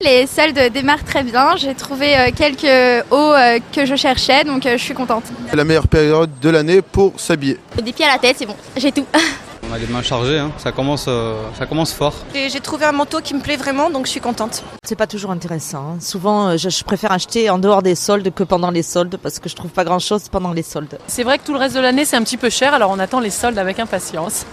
Les soldes démarrent très bien. J'ai trouvé euh, quelques hauts euh, que je cherchais, donc euh, je suis contente. La meilleure période de l'année pour s'habiller. Des pieds à la tête, c'est bon, j'ai tout. On a les mains chargées, hein. ça, commence, euh, ça commence fort. Et J'ai trouvé un manteau qui me plaît vraiment, donc je suis contente. C'est pas toujours intéressant. hein. Souvent, euh, je, je préfère acheter en dehors des soldes que pendant les soldes parce que je trouve pas grand chose pendant les soldes. C'est vrai que tout le reste de l'année, c'est un petit peu cher, alors on attend les soldes avec impatience.